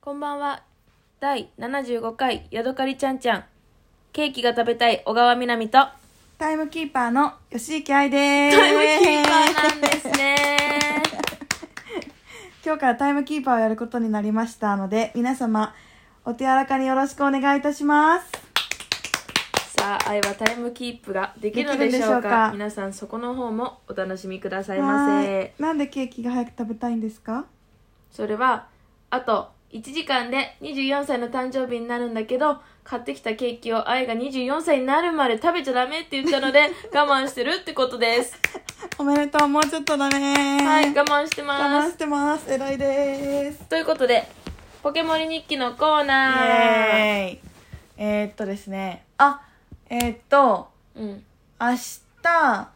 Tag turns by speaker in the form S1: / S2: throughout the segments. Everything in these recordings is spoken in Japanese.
S1: こんばんは。第75回ヤドカリちゃんちゃん。ケーキが食べたい小川みなみと。
S2: タイムキーパーの吉池愛です。
S1: タイムキーパーなんです ね。
S2: 今日からタイムキーパーをやることになりましたので、皆様、お手柔らかによろしくお願いいたします。
S1: さあ、愛はタイムキープができるのでしょうか
S2: できるんでしょうか
S1: 皆さんそこの方もお楽しみくださいま
S2: はーい
S1: せ。
S2: なんでケーキが早く食べたいんですか
S1: それは、あと1時間で24歳の誕生日になるんだけど、買ってきたケーキを愛が24歳になるまで食べちゃダメって言ったので、我慢してるってことです。
S2: おめでとう、もうちょっとだね
S1: はい、我慢してま
S2: 我慢
S1: す
S2: し。てます。偉いです。
S1: ということで、ポケモリ日記のコー
S2: イ
S1: ナー。
S2: ェーイ。えー、っとですね、あ、えー、っと、
S1: うん。
S2: 明日、ガ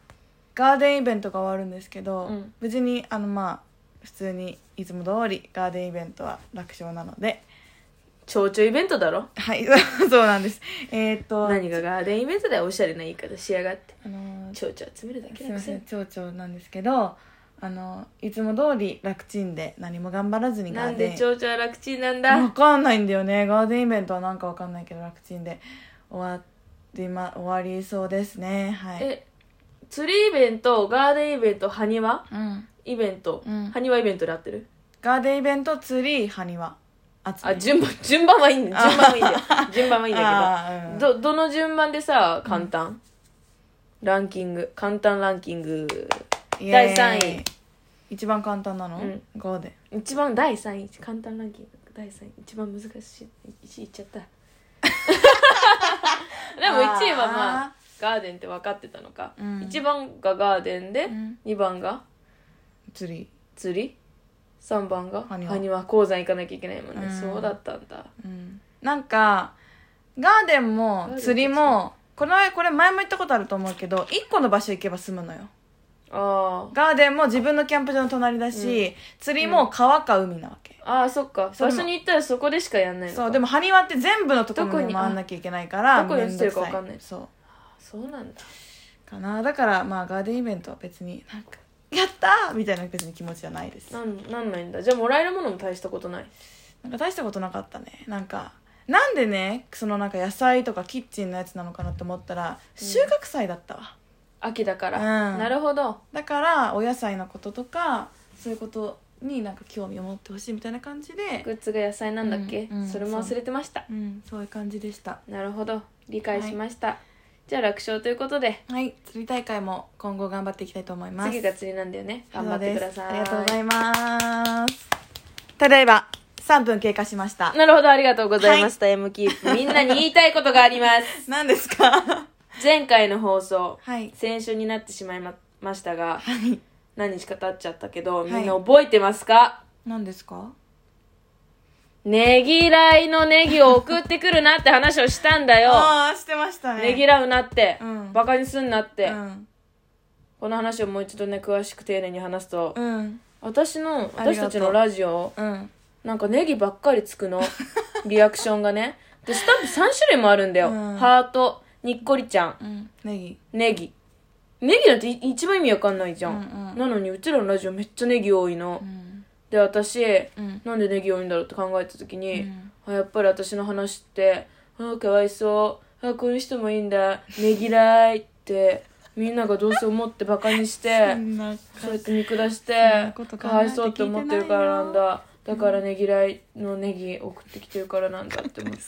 S2: ーデンイベントが終わるんですけど、
S1: うん
S2: 無事にあのまあ普通にいつも通りガーデンイベントは楽勝なので
S1: 蝶々イベントだろ
S2: はい そうなんですえーっと
S1: 何がガーデンイベントだよ、おしゃれな言い方しやがって。
S2: あの
S1: 蝶々集めるだけ
S2: すい
S1: だく
S2: ま
S1: せ
S2: せん
S1: に。
S2: 町長なんですけどあのいつも通り楽ちんで何も頑張らずに
S1: な
S2: ガ
S1: ん
S2: ーデン
S1: で蝶々は楽ちんなん
S2: わ
S1: だ
S2: かんないんだよねガーデンイベントはなんかわかんないけど楽ちんで終わりま終わりそうですねはい
S1: え、釣りイベント、ガーデンイベント、埴輪
S2: うん
S1: イベント、
S2: うん
S1: 埴輪イベントで合ってる
S2: ガーデンイベントツリー埴輪集め
S1: あ、順番、順番はいいんだ。順番はいいんだよ。順番 はいいんだ
S2: あー
S1: け
S2: うん
S1: ど。ど、どの順番でさ、簡単、ランキング。簡単ランキング。
S2: イエーイ
S1: 第3位
S2: 一番簡単なの、
S1: うん
S2: ガーデン
S1: 一番第3位簡単ランキング第3位一番難しい1位いっちゃった でも1位はまあ
S2: あ
S1: ガーデンって分かってたのか、
S2: うん
S1: 一1番がガーデンで、
S2: うん
S1: 二2番が
S2: ツリ
S1: 釣り3番が
S2: 埴輪
S1: 埴輪鉱山行かなきゃいけないもんね、
S2: うん
S1: そうだったんだ
S2: ー、うん、なんかガーデンも釣りもこのこれ前も言ったことあると思うけど一個の場所行けば済むのよ
S1: あー
S2: ガーデンも自分のキャンプ場の隣だし、釣りも川か海なわけ、
S1: あーそっか
S2: そ
S1: 場
S2: れも
S1: 所に行ったらそこでしかやんないのか
S2: そうでも埴輪って全部のとこ
S1: どこ
S2: ろ
S1: に
S2: に回んなきゃいけないから
S1: あどこに落ちてるか分かんない
S2: めどくさそう
S1: そうなんだ
S2: かなだからまあガーデンイベントは別になんかやったーみたいな別に気持ちはないです
S1: なんなんないんだじゃあもらえるものも大したことない
S2: なんか大したことなかったねなんかなんでねそのなんか野菜とかキッチンのやつなのかなと思ったら収穫祭だったわ、
S1: 秋だから、
S2: うん
S1: なるほど
S2: だからお野菜のこととかそういうことになんか興味を持ってほしいみたいな感じで
S1: グッズが野菜なんだっけ、
S2: うんうん
S1: それも忘れてました
S2: うんそういう感じでした
S1: なるほど理解しました、じゃあ楽勝ということで
S2: はい釣り大会も今後頑張っていきたいと思います
S1: 次が釣りなんだよね頑張ってください
S2: そうですありがとうございますただいま3分経過しました
S1: なるほどありがとうございました、M キープみんなに言いたいことがあります
S2: 何ですか
S1: 前回の放送、
S2: はい
S1: 先週になってしまいまましたが
S2: はい
S1: 何日か経っちゃったけど
S2: い
S1: みんな覚えてますか、
S2: 何ですか
S1: ねぎらいのネギを送ってくるなって話をしたんだよ
S2: ああしてましたね
S1: ねぎらうなって、
S2: うん
S1: バカにすんなって、
S2: うん
S1: この話をもう一度ね詳しく丁寧に話すと、
S2: うん
S1: 私の
S2: あり
S1: 私
S2: がと
S1: た
S2: う
S1: ちのラジオ
S2: うん
S1: なんかネギばっかりつくの リアクションがねでスタンプ3種類もあるんだよ、
S2: うん
S1: ハートにっこりちゃん
S2: うんネギ
S1: ネギネギなんてい一番意味わかんないじゃん、
S2: うんうん
S1: なのにうちらのラジオめっちゃネギ多いの、
S2: うん
S1: で私
S2: うん
S1: なんでネギ多いんだろうって考えた時に、
S2: うん
S1: あやっぱり私の話ってああかわいそうあこういう人もいいんだねぎらいってみんながどうせ思ってバカにして
S2: そんな
S1: そうやって見下して
S2: そんなこと考えて
S1: かわいそうって思ってるからなんだだからねぎらいのネギ送ってきてるからなんだって思って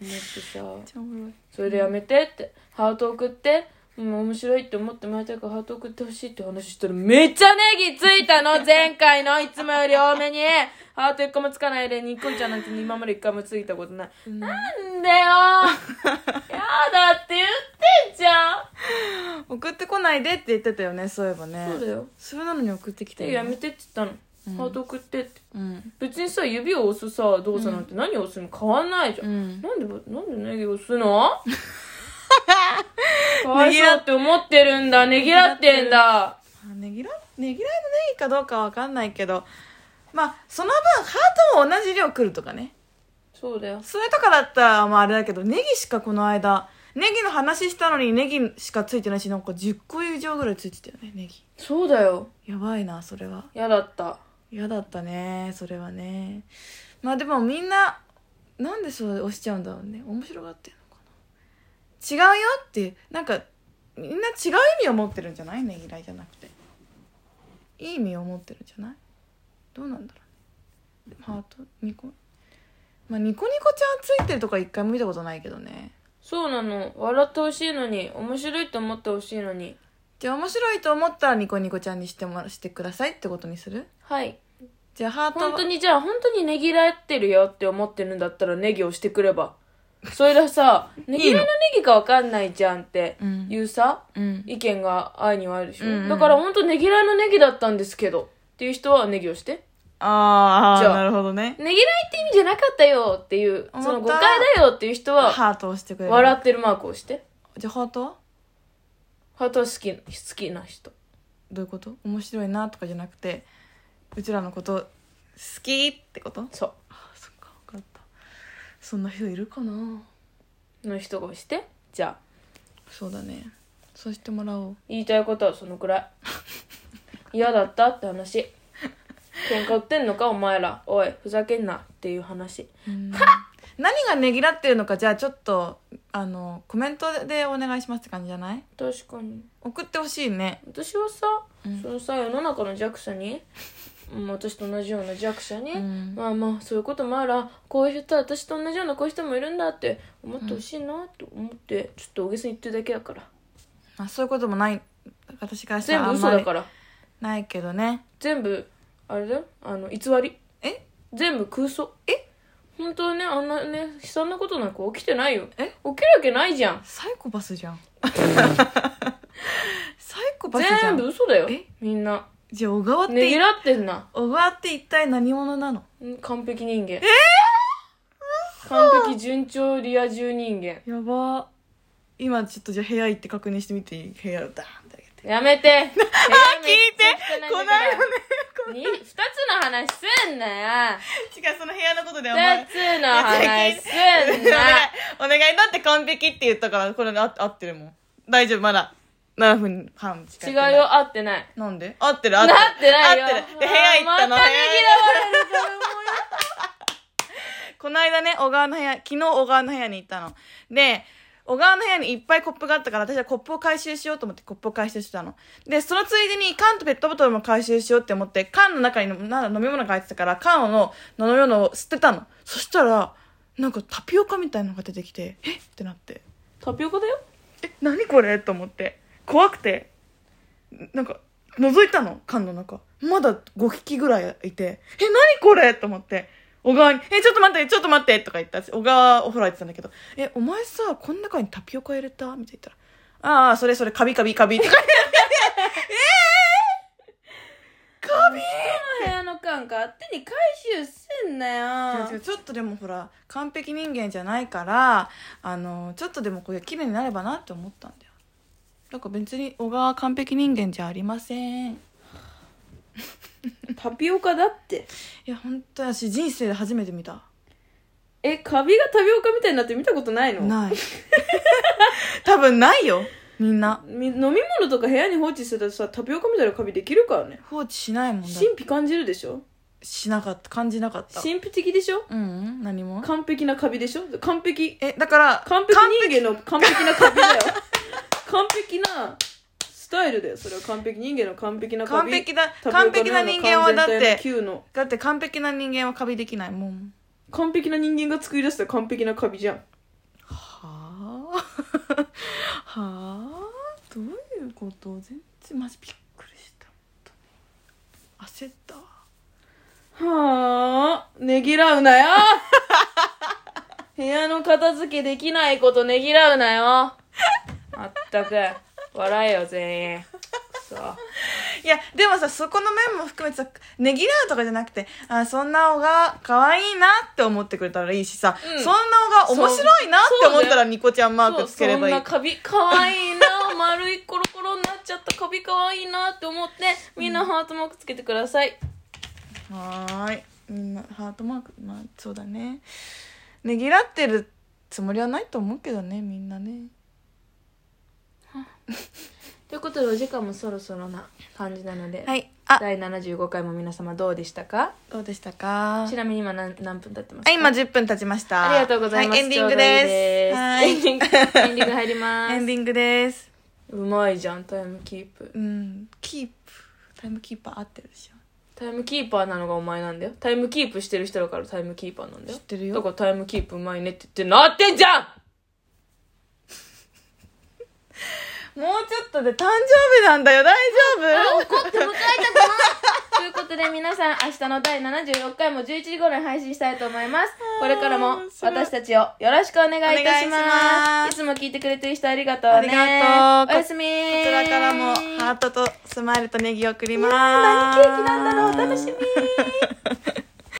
S1: 思ってさ
S2: ちゃおもろい
S1: それでやめてって、ハート送って、うん、面白いって思ってもらいたいからハート送ってほしいって話したら、めっちゃネギついた の前回のいつもより多めにハート一個もつかないで、にっこりちゃんなんて今まで一回もついたことない。なん だよやだって言ってんじゃん
S2: 送ってこないでって言ってたよねそういえばね
S1: そうだよ。
S2: それなのに送ってきて
S1: で、やめてって言ったの。ハート送ってって。
S2: うん
S1: 別にさ、指を押すさ、動作なんて何を押すの変わんないじゃん。
S2: うん
S1: なんで、なんでネギ押す のかわいそうって思ってるんだ。ねぎらってんだ。
S2: あねぎらねぎらいのネギかどうかわかんないけどまあその分ハートも同じ量来るとかね
S1: そうだよ。
S2: それとかだったらまああれだけどネギしかこの間ネギの話したのにネギしかついてないしなんか10個以上ぐらいついてたよねネギ
S1: そうだよ。
S2: やばいなそれは
S1: 嫌だった。
S2: 嫌だったねそれはねまあでもみんななんでそう押しちゃうんだろうね面白がってるのかな違うよってなんかみんな違う意味を持ってるんじゃないねぎらいじゃなくていい意味を持ってるんじゃないどうなんだろうねでもハートニコまあニコニコちゃんついてるとか一回も見たことないけどね
S1: そうなの笑ってほしいのに面白いと思ってほしいのに
S2: じゃあ面白いと思ったらニコニコちゃんにしてもらしてくださいってことにする
S1: はい
S2: じゃあハートは
S1: 本当にじゃあ本当にねぎらってるよって思ってるんだったらネギをしてくればそれがさねぎらいのネギかわかんないじゃんって
S2: うん
S1: いうさ、
S2: うん
S1: 意見が愛にはあるでしょ、
S2: うんうん
S1: だから本当ねぎらいのネギだったんですけどっていう人はネギをして
S2: あ
S1: じ
S2: あ
S1: ゃあ
S2: なるほどね
S1: ねぎらいって意味じゃなかったよっていう
S2: 思った
S1: その誤解だよっていう人は
S2: ハートを押してくれる
S1: 笑ってるマークをして
S2: じゃあハートは
S1: ハートは好き好きな人
S2: どういうこと面白いなとかじゃなくてうちらのこと好きってこと
S1: そ
S2: あそっか分かったそんな人いるかな
S1: うの人がしてじゃあ
S2: そうだねそうしてもらおう
S1: 言いたいことはそのくら い嫌だったって話喧嘩売ってんのかお前らおいふざけんなっていう話
S2: うん何がねぎらってるのかじゃあちょっとあのコメントでお願いしますって感じじゃない
S1: 確かに
S2: 送ってほしいね
S1: 私はさ、そのさ世の中の弱者にうん私と同じような弱者に、
S2: うん
S1: まあまあそういうこともあらこういう人は私と同じようなこういう人もいるんだって思ってほしいなと思って、ちょっと大げさに言ってるだけだから
S2: あそういうこともない私からした
S1: 全
S2: ら
S1: 部
S2: あん
S1: 嘘
S2: ま
S1: だ
S2: り
S1: から
S2: ないけどね
S1: 全部あれだよあの偽り
S2: え
S1: 全部空想
S2: え
S1: 本当はねあんなね悲惨なことなんか起きてないよ
S2: え
S1: 起きるわけないじゃん
S2: サイコパス じゃんサイコパスじゃ
S1: 全部
S2: ん
S1: 嘘だよ
S2: え
S1: みんな
S2: じゃあ小川って
S1: ねぎ
S2: い
S1: らってんな
S2: 小川って一体何者なの
S1: うん完璧人間え完璧順調リア充人間
S2: やば今ちょっとじゃあ部屋行って確認してみていい部屋をダーン ってあげて
S1: やめてあ聞いて
S2: こないよね
S1: 二つの話すんなよ
S2: 違うその部屋のことでお
S1: 二
S2: 前
S1: つの話すんな
S2: お願いお願いだって完璧って言ったからこれあ合ってるもん大丈夫まだ7分半しか
S1: 違
S2: やってないう
S1: よ合ってない
S2: なんで合ってる合ってる
S1: なってないよ
S2: 合ってるで部屋行った
S1: またねぎら
S2: の部屋
S1: われる
S2: この間ね小川の部屋昨日小川の部屋に行ったので小川の部屋にいっぱいコップがあったから私はコップを回収しようと思ってコップを回収してたのでそのついでに缶とペットボトルも回収しようって思って缶の中になんだ飲み物が入ってたから缶の飲み物を捨てたのそしたらなんかタピオカみたいなのが出てきてえっってなって
S1: タピオカだよ
S2: え何これと思って怖くてなんか覗いたの缶の中まだ5匹ぐらいいて「え何これ?」と思って小川に「えちょっと待ってちょっと待って」とか言ったし小川お風呂入ってたんだけど「えお前さこの中にタピオカ入れた?」みたいな言ったら「ああそれそれカビカビカビ」とか言ってえー、カビ
S1: 部屋の缶勝手に回収すんなよ
S2: 違う違うちょっとでもほら完璧人間じゃないからあのちょっとでもこれ綺麗になればなって思ったんだよだから別に小川は完璧人間じゃありませんい
S1: タピオカだって
S2: や本当私人生で初めて見た
S1: えカビがタピオカみたいになって見たことないの
S2: ない多分ないよみんな
S1: み飲み物とか部屋に放置してたらさタピオカみたいなカビできるからね
S2: 放置しないもんだ
S1: 神秘感じるでしょ
S2: しなかった感じなかった
S1: 神秘的でしょ
S2: うんうん何も
S1: 完璧なカビでしょ完璧
S2: えだから
S1: 完璧人間の完璧なカビだよ完璧なスタイルだよそれは完璧人間の完璧なカ
S2: 完
S1: ビ
S2: 璧だ
S1: タピオカの
S2: 完璧な人間はだっ
S1: 完全体の
S2: て
S1: 球の
S2: だって完璧な人間はカビできないもん
S1: 完璧な人間が作り出した完璧なカビじゃん
S2: はあ はあどういうこと全然マジびっくりした本当に焦ったわ
S1: はあねぎらうな よ部屋の片付けできないことねぎらうなよまったく笑えよ全員さ
S2: いやでもさそこの面も含めてさねぎらうとかじゃなくてあそんなおが可愛いなって思ってくれたらいいしさ、
S1: うん
S2: そんなおが面白いなって思ったらニコちゃんマー
S1: そ
S2: ク
S1: う
S2: つ
S1: そ
S2: けれ
S1: ん
S2: ばいい
S1: なカビかわいいな丸いコロコロになっちゃったカビかわいいなって思ってみんなハートマークつけてください
S2: はーいみんなハートマークまあそうだねねぎらってるつもりはないと思うけどねみんなね
S1: ということでお時間もそろそろな感じなので、
S2: はいあ
S1: 第75回も皆様どうでしたか
S2: どうでしたか
S1: ちなみに今何何分経ってます
S2: あ
S1: か
S2: 今10分経ちました
S1: ありがとうございます、
S2: はエンディングです
S1: ちょうどいいですエンディング
S2: は
S1: エ
S2: い
S1: ンディング入りま
S2: エン
S1: す
S2: ディングです
S1: うまいじゃんタイムキープ
S2: うんキープタイムキーパー合ってるでしょ
S1: タイムキーパーなのがお前なんだよタイムキープしてる人だからタイムキーパーなんだよ
S2: 知ってる
S1: だか
S2: よ
S1: らタイムキープうまいねって言ってなってんじゃん
S2: もうちょっとで誕生日なんだよ大丈夫
S1: 怒って迎えたくないということで皆さん明日の第76回も11時頃に配信したいと思いますこれからも
S2: 面白い
S1: 私たちをよろしくお願いいたします
S2: お願いします
S1: いつも聞いてくれてる人ありがとうね
S2: ありがとう
S1: おやすみこ
S2: こちらからもハートとスマイルとネギを送ります
S1: 何ケーキなんだろう楽しみ